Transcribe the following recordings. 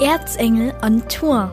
Erzengel on Tour.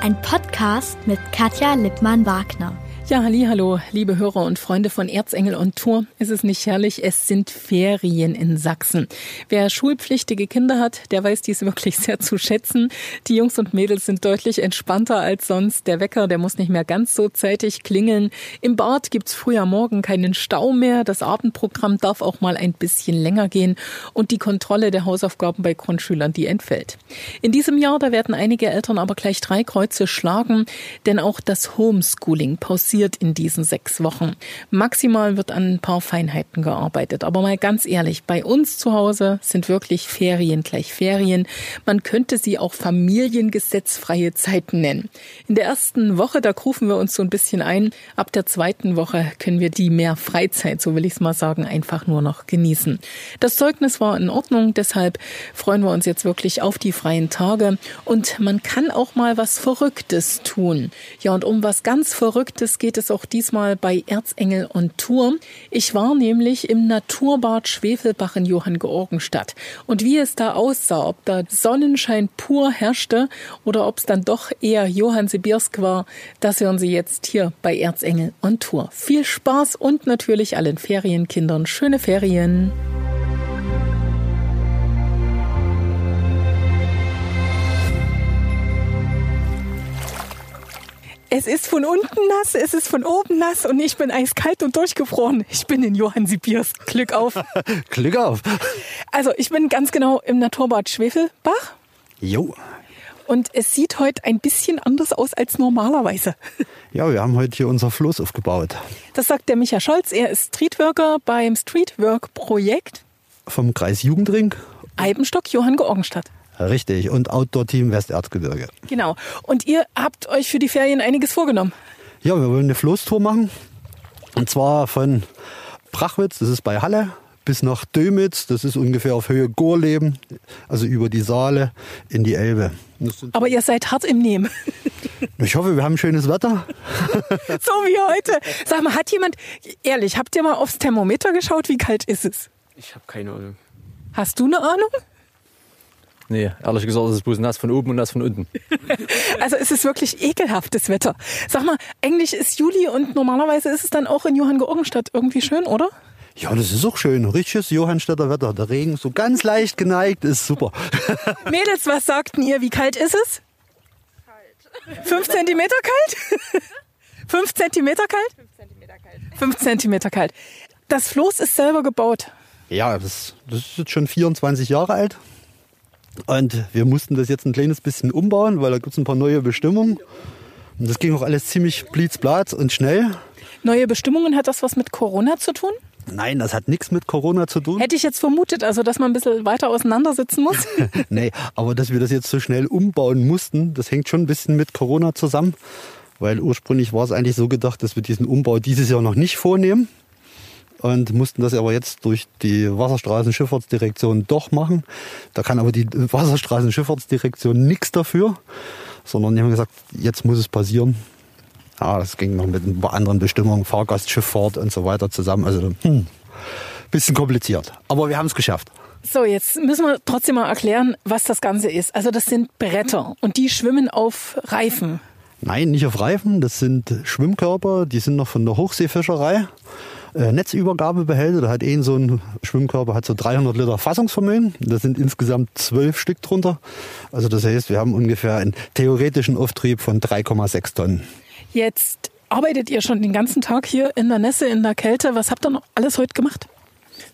Ein Podcast mit Katja Lippmann-Wagner. Ja, halli, hallo, liebe Hörer und Freunde von Erzengel on Tour. Es ist nicht herrlich, es sind Ferien in Sachsen. Wer schulpflichtige Kinder hat, der weiß dies wirklich sehr zu schätzen. Die Jungs und Mädels sind deutlich entspannter als sonst. Der Wecker, der muss nicht mehr ganz so zeitig klingeln. Im Bad gibt's früh am Morgen keinen Stau mehr. Das Abendprogramm darf auch mal ein bisschen länger gehen und die Kontrolle der Hausaufgaben bei Grundschülern, die entfällt. In diesem Jahr, da werden einige Eltern aber gleich drei Kreuze schlagen, denn auch das Homeschooling pausiert in diesen sechs Wochen. Maximal wird an ein paar Feinheiten gearbeitet. Aber mal ganz ehrlich, bei uns zu Hause sind wirklich Ferien gleich Ferien. Man könnte sie auch familiengesetzfreie Zeiten nennen. In der ersten Woche, da rufen wir uns so ein bisschen ein. Ab der zweiten Woche können wir die mehr Freizeit, so will ich es mal sagen, einfach nur noch genießen. Das Zeugnis war in Ordnung, deshalb freuen wir uns jetzt wirklich auf die freien Tage. Und man kann auch mal was Verrücktes tun. Ja, und um was ganz Verrücktes geht es auch diesmal bei Erzengel on Tour. Ich war nämlich im Naturbad Schwefelbach in Johann Georgenstadt. Und wie es da aussah, ob da Sonnenschein pur herrschte oder ob es dann doch eher Johann Sibirsk war, das hören Sie jetzt hier bei Erzengel on Tour. Viel Spaß und natürlich allen Ferienkindern schöne Ferien. Es ist von unten nass, es ist von oben nass und ich bin eiskalt und durchgefroren. Ich bin in Johann Sibirsk. Glück auf. Glück auf. Also, ich bin ganz genau im Naturbad Schwefelbach Jo. und es sieht heute ein bisschen anders aus als normalerweise. Ja, wir haben heute hier unser Floß aufgebaut. Das sagt der Micha Scholz. Er ist Streetworker beim Streetwork-Projekt Vom Kreis Jugendring. Eibenstock Johann Georgenstadt. Richtig. Und Outdoor-Team Westerzgebirge. Genau. Und ihr habt euch für die Ferien einiges vorgenommen. Ja, wir wollen eine Floßtour machen. Und zwar von Brachwitz, das ist bei Halle, bis nach Dömitz, das ist ungefähr auf Höhe Gorleben, also über die Saale in die Elbe. Das sind- Aber ihr seid hart im Nehmen. Ich hoffe, wir haben schönes Wetter. so wie heute. Sag mal, hat jemand, ehrlich, habt ihr mal aufs Thermometer geschaut? Wie kalt ist es? Ich habe keine Ahnung. Hast du eine Ahnung? Nee, ehrlich gesagt, es ist bloß nass von oben und nass von unten. Also es ist wirklich ekelhaftes Wetter. Sag mal, eigentlich ist Juli und normalerweise ist es dann auch in Johann Georgenstadt irgendwie schön, oder? Ja, das ist auch schön. Richtiges Johannstädter Wetter. Der Regen so ganz leicht geneigt, ist super. Mädels, was sagten ihr? Wie kalt ist es? Kalt. Fünf Zentimeter kalt? Fünf Zentimeter kalt? Fünf Zentimeter kalt. Das Floß ist selber gebaut. Ja, das, das ist jetzt schon 24 Jahre alt. Und wir mussten das jetzt ein kleines bisschen umbauen, weil da gibt es ein paar neue Bestimmungen. Und das ging auch alles ziemlich blitzblatz und schnell. Neue Bestimmungen, hat das was mit Corona zu tun? Nein, das hat nichts mit Corona zu tun. Hätte ich jetzt vermutet, also dass man ein bisschen weiter auseinandersitzen muss. nee, aber dass wir das jetzt so schnell umbauen mussten, das hängt schon ein bisschen mit Corona zusammen. Weil ursprünglich war es eigentlich so gedacht, dass wir diesen Umbau dieses Jahr noch nicht vornehmen. Und mussten das aber jetzt durch die Wasserstraßenschifffahrtsdirektion doch machen. Da kann aber die Wasserstraßenschifffahrtsdirektion nichts dafür, sondern die haben gesagt, jetzt muss es passieren. Ja, das ging noch mit ein paar anderen Bestimmungen, Fahrgastschifffahrt und so weiter zusammen. Also, hm, bisschen kompliziert. Aber wir haben es geschafft. So, jetzt müssen wir trotzdem mal erklären, was das Ganze ist. Also das sind Bretter und die schwimmen auf Reifen. Nein, nicht auf Reifen. Das sind Schwimmkörper, die sind noch von der Hochseefischerei. Äh, Netzübergabebehälter, da hat eh so ein Schwimmkörper hat so 300 Liter Fassungsvermögen. Da sind insgesamt zwölf Stück drunter. Also das heißt, wir haben ungefähr einen theoretischen Auftrieb von 3,6 Tonnen. Jetzt arbeitet ihr schon den ganzen Tag hier in der Nässe, in der Kälte. Was habt ihr noch alles heute gemacht?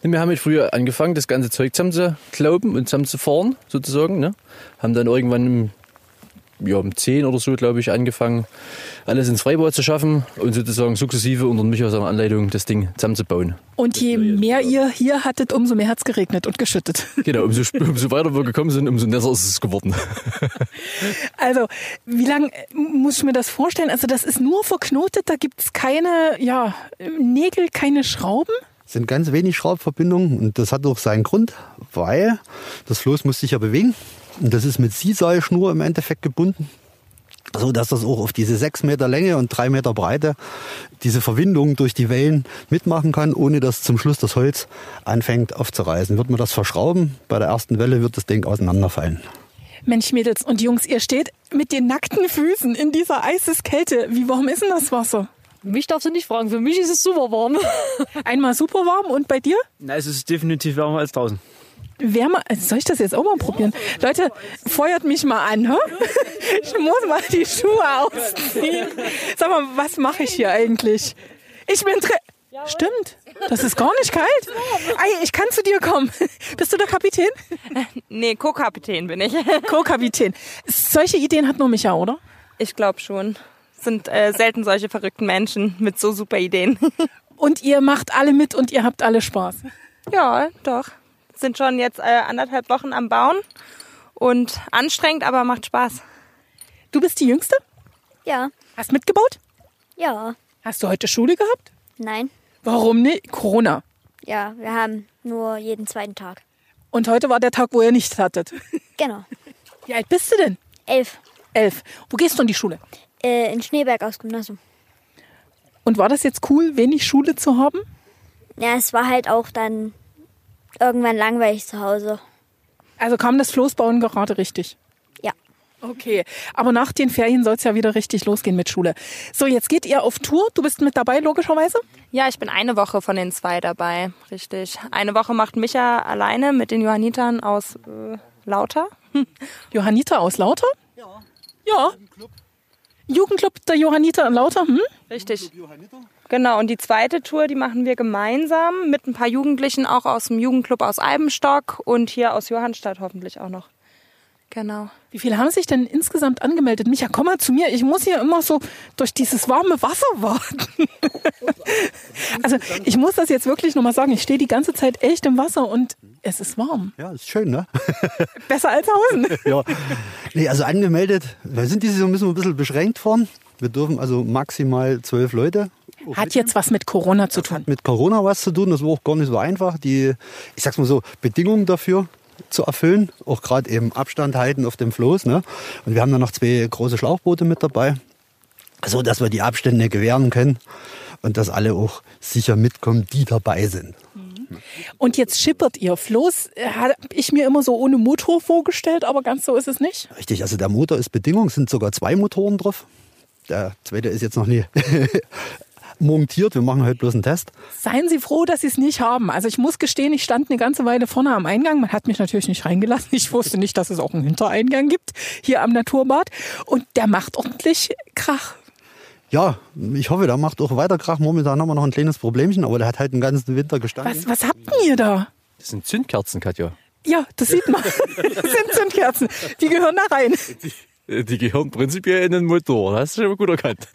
Wir haben halt früher angefangen, das ganze Zeug zusammenzuklauben und zusammenzufahren, sozusagen. Ne? Haben dann irgendwann im, ja, um 10 oder so, glaube ich, angefangen, alles ins Freibad zu schaffen und sozusagen sukzessive unter mich aus einer Anleitung das Ding zusammenzubauen. Und je mehr ihr hier hattet, umso mehr hat es geregnet und geschüttet. Genau, umso, sp- umso weiter wir gekommen sind, umso nässer ist es geworden. Also, wie lange muss ich mir das vorstellen? Also, das ist nur verknotet, da gibt's keine ja, Nägel, keine Schrauben. Es sind ganz wenig Schraubverbindungen und das hat auch seinen Grund, weil das Floß muss sich ja bewegen. Und das ist mit Seeseilschnur im Endeffekt gebunden. so dass das auch auf diese sechs Meter Länge und drei Meter Breite diese Verwindung durch die Wellen mitmachen kann, ohne dass zum Schluss das Holz anfängt aufzureißen. Wird man das verschrauben, bei der ersten Welle wird das Ding auseinanderfallen. Mensch, Mädels und Jungs, ihr steht mit den nackten Füßen in dieser Eiseskälte. Wie warm ist denn das Wasser? Mich darfst du nicht fragen. Für mich ist es super warm. Einmal super warm und bei dir? Na, es ist definitiv wärmer als draußen. Wärmer. also Soll ich das jetzt auch mal probieren? Leute, feuert mich mal an, hä? Ich muss mal die Schuhe ausziehen. Sag mal, was mache ich hier eigentlich? Ich bin drin. Stimmt, das ist gar nicht kalt. Ei, ich kann zu dir kommen. Bist du der Kapitän? Nee, Co-Kapitän bin ich. Co-Kapitän. Solche Ideen hat nur Micha, oder? Ich glaube schon. Sind äh, selten solche verrückten Menschen mit so super Ideen. Und ihr macht alle mit und ihr habt alle Spaß. Ja, doch. Sind schon jetzt äh, anderthalb Wochen am Bauen und anstrengend, aber macht Spaß. Du bist die Jüngste? Ja, Hast mitgebaut? ja, Hast du heute Schule gehabt? nein. Warum nicht? Corona. Ja, wir haben nur jeden zweiten Tag. Und heute war der Tag, wo ihr nicht hattet. Genau. Wie alt bist du denn? Elf. Elf. Wo gehst du in die Schule? Äh, in Schneeberg aus Gymnasium. Und war das jetzt cool, wenig Schule zu haben? Ja, es war halt auch dann irgendwann langweilig zu Hause. Also kam das Floßbauen gerade richtig? Ja. Okay, aber nach den Ferien soll es ja wieder richtig losgehen mit Schule. So, jetzt geht ihr auf Tour. Du bist mit dabei, logischerweise. Ja, ich bin eine Woche von den zwei dabei, richtig. Eine Woche macht Micha alleine mit den Johannitern aus äh, Lauter. Johanniter aus Lauter? Ja. Ja. Jugendclub der Johanniter in Lauter, hm? Richtig. Genau, und die zweite Tour, die machen wir gemeinsam mit ein paar Jugendlichen auch aus dem Jugendclub aus Eibenstock und hier aus Johannstadt hoffentlich auch noch. Genau. Wie viele haben sich denn insgesamt angemeldet? Micha, komm mal zu mir. Ich muss hier immer so durch dieses warme Wasser warten. also ich muss das jetzt wirklich nochmal sagen. Ich stehe die ganze Zeit echt im Wasser und es ist warm. Ja, ist schön, ne? Besser als Hausen. ja. Nee, also angemeldet, wir sind dieses Jahr müssen wir ein bisschen beschränkt worden. Wir dürfen also maximal zwölf Leute. Hat jetzt was mit Corona zu tun. Mit Corona was zu tun, das war auch gar nicht so einfach, die, ich sag's mal so, Bedingungen dafür zu erfüllen. Auch gerade eben Abstand halten auf dem Floß. Ne? Und wir haben dann noch zwei große Schlauchboote mit dabei, so dass wir die Abstände gewähren können und dass alle auch sicher mitkommen, die dabei sind. Und jetzt schippert ihr. Floß äh, habe ich mir immer so ohne Motor vorgestellt, aber ganz so ist es nicht. Richtig, also der Motor ist Bedingung, es sind sogar zwei Motoren drauf. Der zweite ist jetzt noch nie montiert, wir machen heute bloß einen Test. Seien Sie froh, dass Sie es nicht haben. Also ich muss gestehen, ich stand eine ganze Weile vorne am Eingang. Man hat mich natürlich nicht reingelassen. Ich wusste nicht, dass es auch einen Hintereingang gibt hier am Naturbad. Und der macht ordentlich Krach. Ja, ich hoffe, der macht auch weiter Krach. Momentan haben wir noch ein kleines Problemchen, aber der hat halt den ganzen Winter gestanden. Was, was habt ihr da? Das sind Zündkerzen, Katja. Ja, das sieht man. Das sind Zündkerzen. Die gehören da rein. Äh, Die gehören prinzipiell in den Motor. Das hast du schon mal gut erkannt.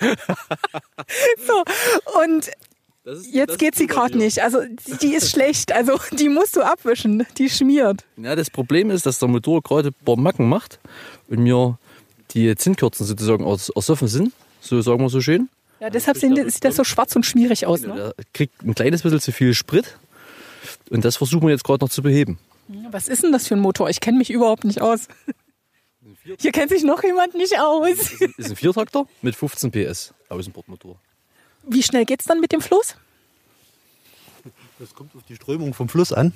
So. Und jetzt geht sie gerade nicht. Also die die ist schlecht. Also die musst du abwischen. Die schmiert. Ja, das Problem ist, dass der Motor gerade ein paar Macken macht und mir die Zinnkürzen sozusagen ers- ersoffen sind. So sagen wir so schön. Ja, deshalb sehen, die- sieht das so schwarz und schmierig aus. Ne? Der kriegt ein kleines bisschen zu viel Sprit. Und das versuchen wir jetzt gerade noch zu beheben. Was ist denn das für ein Motor? Ich kenne mich überhaupt nicht aus. Hier kennt sich noch jemand nicht aus. Ist ein Viertakter mit 15 PS Außenbordmotor. Wie schnell geht's dann mit dem Floß? Das kommt auf die Strömung vom Fluss an.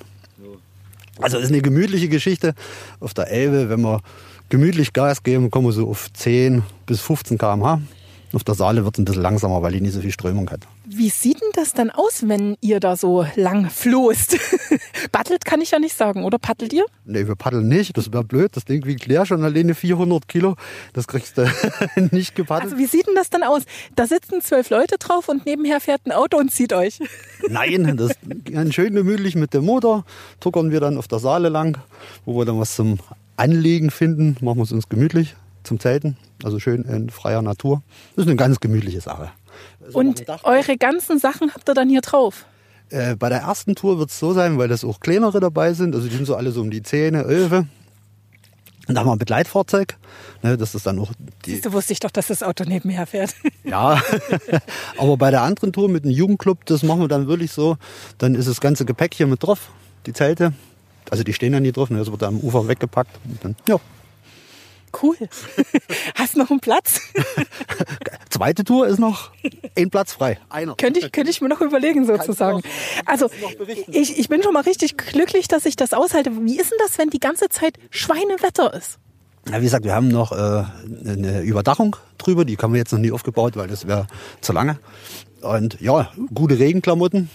Also ist eine gemütliche Geschichte auf der Elbe. Wenn wir gemütlich Gas geben, kommen wir so auf 10 bis 15 km/h. Auf der Saale wird es ein bisschen langsamer, weil die nicht so viel Strömung hat. Wie sieht denn das dann aus, wenn ihr da so lang floßt? Battelt kann ich ja nicht sagen, oder? Paddelt ihr? Nee, wir paddeln nicht, das wäre blöd. Das Ding wiegt leer schon alleine 400 Kilo. Das kriegst du nicht gepaddelt. Also wie sieht denn das dann aus? Da sitzen zwölf Leute drauf und nebenher fährt ein Auto und zieht euch. Nein, das ganz schön gemütlich mit dem Motor. Tuckern wir dann auf der Saale lang, wo wir dann was zum Anlegen finden. Machen wir es uns gemütlich zum Zelten. Also schön in freier Natur. Das ist eine ganz gemütliche Sache. Und eure ganzen Sachen habt ihr dann hier drauf. Äh, bei der ersten Tour wird es so sein, weil das auch kleinere dabei sind. Also die sind so alle so um die 10, 11. Und da haben wir ein Begleitfahrzeug. Ne, das ist dann auch die, Siehst du, wusste ich doch, dass das Auto nebenher fährt. Ja, aber bei der anderen Tour mit dem Jugendclub, das machen wir dann wirklich so. Dann ist das ganze Gepäck hier mit drauf, die Zelte. Also die stehen dann hier drauf, ne, das wird dann am Ufer weggepackt. Und dann, ja, Cool. Hast noch einen Platz? zweite Tour ist noch ein Platz frei. Einer. Könnte ich, könnte ich mir noch überlegen, sozusagen. Also, ich, ich bin schon mal richtig glücklich, dass ich das aushalte. Wie ist denn das, wenn die ganze Zeit Schweinewetter ist? Ja, wie gesagt, wir haben noch äh, eine Überdachung drüber, die haben wir jetzt noch nie aufgebaut, weil das wäre zu lange. Und ja, gute Regenklamotten.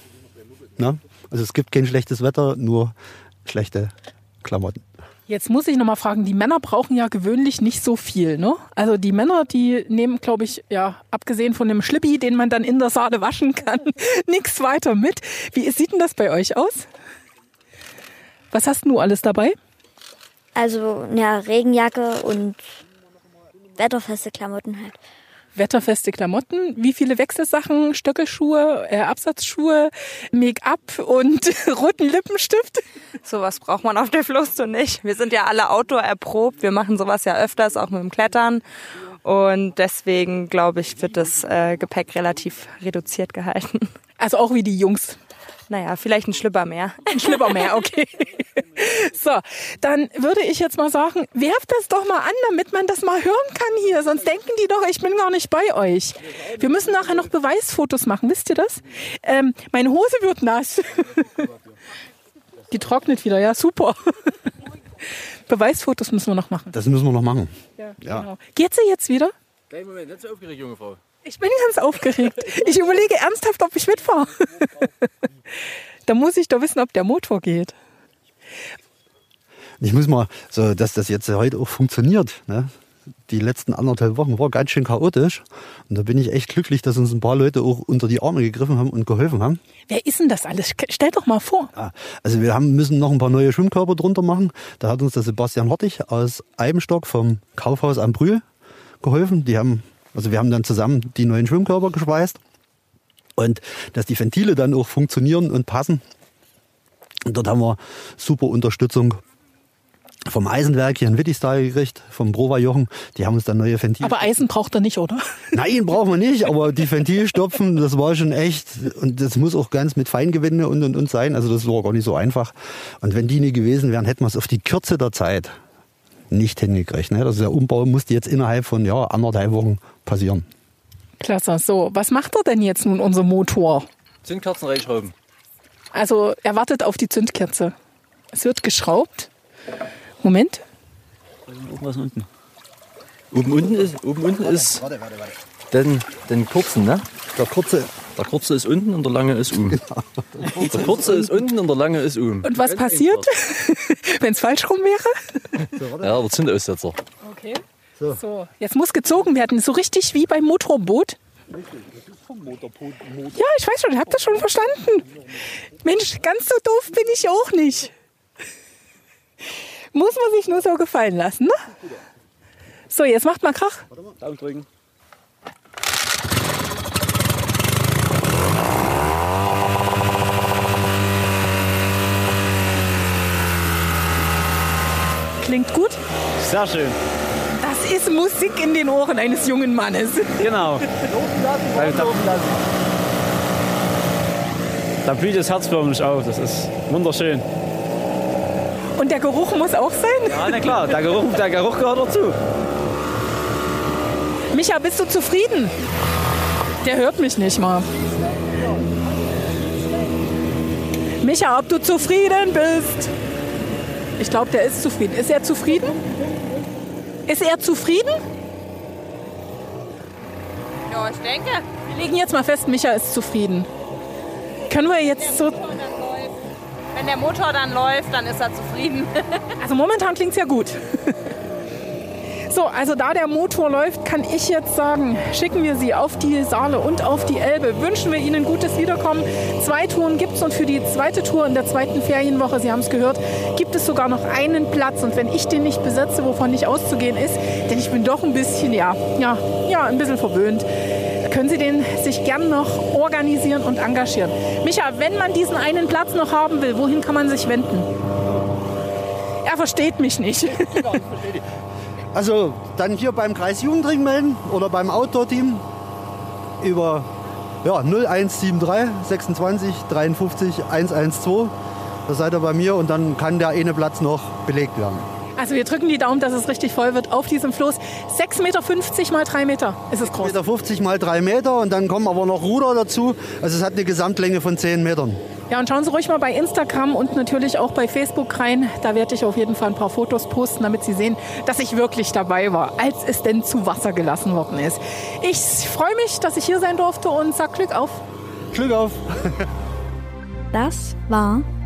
Ne? Also es gibt kein schlechtes Wetter, nur schlechte Klamotten. Jetzt muss ich nochmal fragen, die Männer brauchen ja gewöhnlich nicht so viel, ne? Also die Männer, die nehmen, glaube ich, ja, abgesehen von dem Schlippi, den man dann in der Sade waschen kann, nichts weiter mit. Wie sieht denn das bei euch aus? Was hast denn du alles dabei? Also, ja, Regenjacke und wetterfeste Klamotten halt. Wetterfeste Klamotten, wie viele Wechselsachen, Stöckelschuhe, äh, Absatzschuhe, Make-up und roten Lippenstift? Sowas braucht man auf der Fluss und nicht. Wir sind ja alle Outdoor erprobt. Wir machen sowas ja öfters, auch mit dem Klettern. Und deswegen, glaube ich, wird das äh, Gepäck relativ reduziert gehalten. Also auch wie die Jungs. Naja, vielleicht ein Schlipper mehr. Ein Schlipper mehr, okay. So, dann würde ich jetzt mal sagen, werft das doch mal an, damit man das mal hören kann hier. Sonst denken die doch, ich bin gar nicht bei euch. Wir müssen nachher noch Beweisfotos machen, wisst ihr das? Ähm, meine Hose wird nass. Die trocknet wieder, ja, super. Beweisfotos müssen wir noch machen. Das müssen wir noch machen. Genau. Geht sie jetzt wieder? Hey, Moment, nicht so aufgeregt, junge Frau. Ich bin ganz aufgeregt. Ich überlege ernsthaft, ob ich mitfahre. Da muss ich doch wissen, ob der Motor geht. Ich muss mal, so, dass das jetzt heute auch funktioniert. Ne? Die letzten anderthalb Wochen war ganz schön chaotisch. Und da bin ich echt glücklich, dass uns ein paar Leute auch unter die Arme gegriffen haben und geholfen haben. Wer ist denn das alles? Stell doch mal vor. Ah, Also wir haben, müssen noch ein paar neue Schwimmkörper drunter machen. Da hat uns der Sebastian Hortig aus Eibenstock vom Kaufhaus am Brühl geholfen. Die haben, also wir haben dann zusammen die neuen Schwimmkörper geschweißt. Und dass die Ventile dann auch funktionieren und passen. Und dort haben wir super Unterstützung vom Eisenwerk hier in Wittigstyle gekriegt, vom Brova Jochen. Die haben uns dann neue Ventile. Aber Eisen braucht er nicht, oder? Nein, brauchen wir nicht, aber die Ventilstopfen, das war schon echt. Und das muss auch ganz mit Feingewinde und und und sein. Also das war gar nicht so einfach. Und wenn die nie gewesen wären, hätten wir es auf die Kürze der Zeit nicht hingekriegt. Ne? Also der Umbau musste jetzt innerhalb von ja, anderthalb Wochen passieren. Klasse. So, was macht er denn jetzt nun, unser Motor? Zündkerzen reinschrauben. Also er wartet auf die Zündkerze. Es wird geschraubt. Moment. Oben was unten. Oben unten ist, oben unten ist Den, den kurzen, ne? Der kurze, Der kurze ist unten und der lange ist oben. Genau. Der kurze ist unten und der lange ist oben. Und was passiert, wenn es falsch rum wäre? Ja, der Zündaussetzer. Okay. So. jetzt muss gezogen werden. So richtig wie beim Motorboot. Ja, ich weiß schon, habt das schon verstanden. Mensch, ganz so doof bin ich auch nicht. Muss man sich nur so gefallen lassen, ne? So, jetzt macht mal Krach. Daumen drücken. Klingt gut. Sehr schön. Das ist Musik in den Ohren eines jungen Mannes. Genau. Weil da, da blüht das Herz förmlich auf. Das ist wunderschön. Und der Geruch muss auch sein. Ja, Ah, na klar, der Geruch, der Geruch gehört dazu. Micha, bist du zufrieden? Der hört mich nicht mal. Micha, ob du zufrieden bist? Ich glaube, der ist zufrieden. Ist er zufrieden? Ist er zufrieden? Ja, ich denke. Wir legen jetzt mal fest, Micha ist zufrieden. Können wir jetzt so. Wenn der Motor dann läuft, dann ist er zufrieden. Also momentan klingt es ja gut. So, also da der Motor läuft, kann ich jetzt sagen, schicken wir Sie auf die Saale und auf die Elbe. Wünschen wir Ihnen gutes Wiederkommen. Zwei Touren gibt es und für die zweite Tour in der zweiten Ferienwoche, Sie haben es gehört, gibt es sogar noch einen Platz. Und wenn ich den nicht besetze, wovon nicht auszugehen ist, denn ich bin doch ein bisschen, ja, ja, ja, ein bisschen verwöhnt, können Sie den sich gern noch organisieren und engagieren. Micha, wenn man diesen einen Platz noch haben will, wohin kann man sich wenden? Er versteht mich nicht. Also dann hier beim Kreis Jugendring melden oder beim Outdoor-Team über ja, 0173 26 53 112. Da seid ihr bei mir und dann kann der eine Platz noch belegt werden. Also wir drücken die Daumen, dass es richtig voll wird auf diesem Floß. 6,50 Meter mal 3 Meter ist es groß. 1,50 Meter mal 3 Meter und dann kommen aber noch Ruder dazu. Also es hat eine Gesamtlänge von 10 Metern. Ja, und schauen Sie ruhig mal bei Instagram und natürlich auch bei Facebook rein. Da werde ich auf jeden Fall ein paar Fotos posten, damit Sie sehen, dass ich wirklich dabei war, als es denn zu Wasser gelassen worden ist. Ich freue mich, dass ich hier sein durfte und sag Glück auf. Glück auf! Das war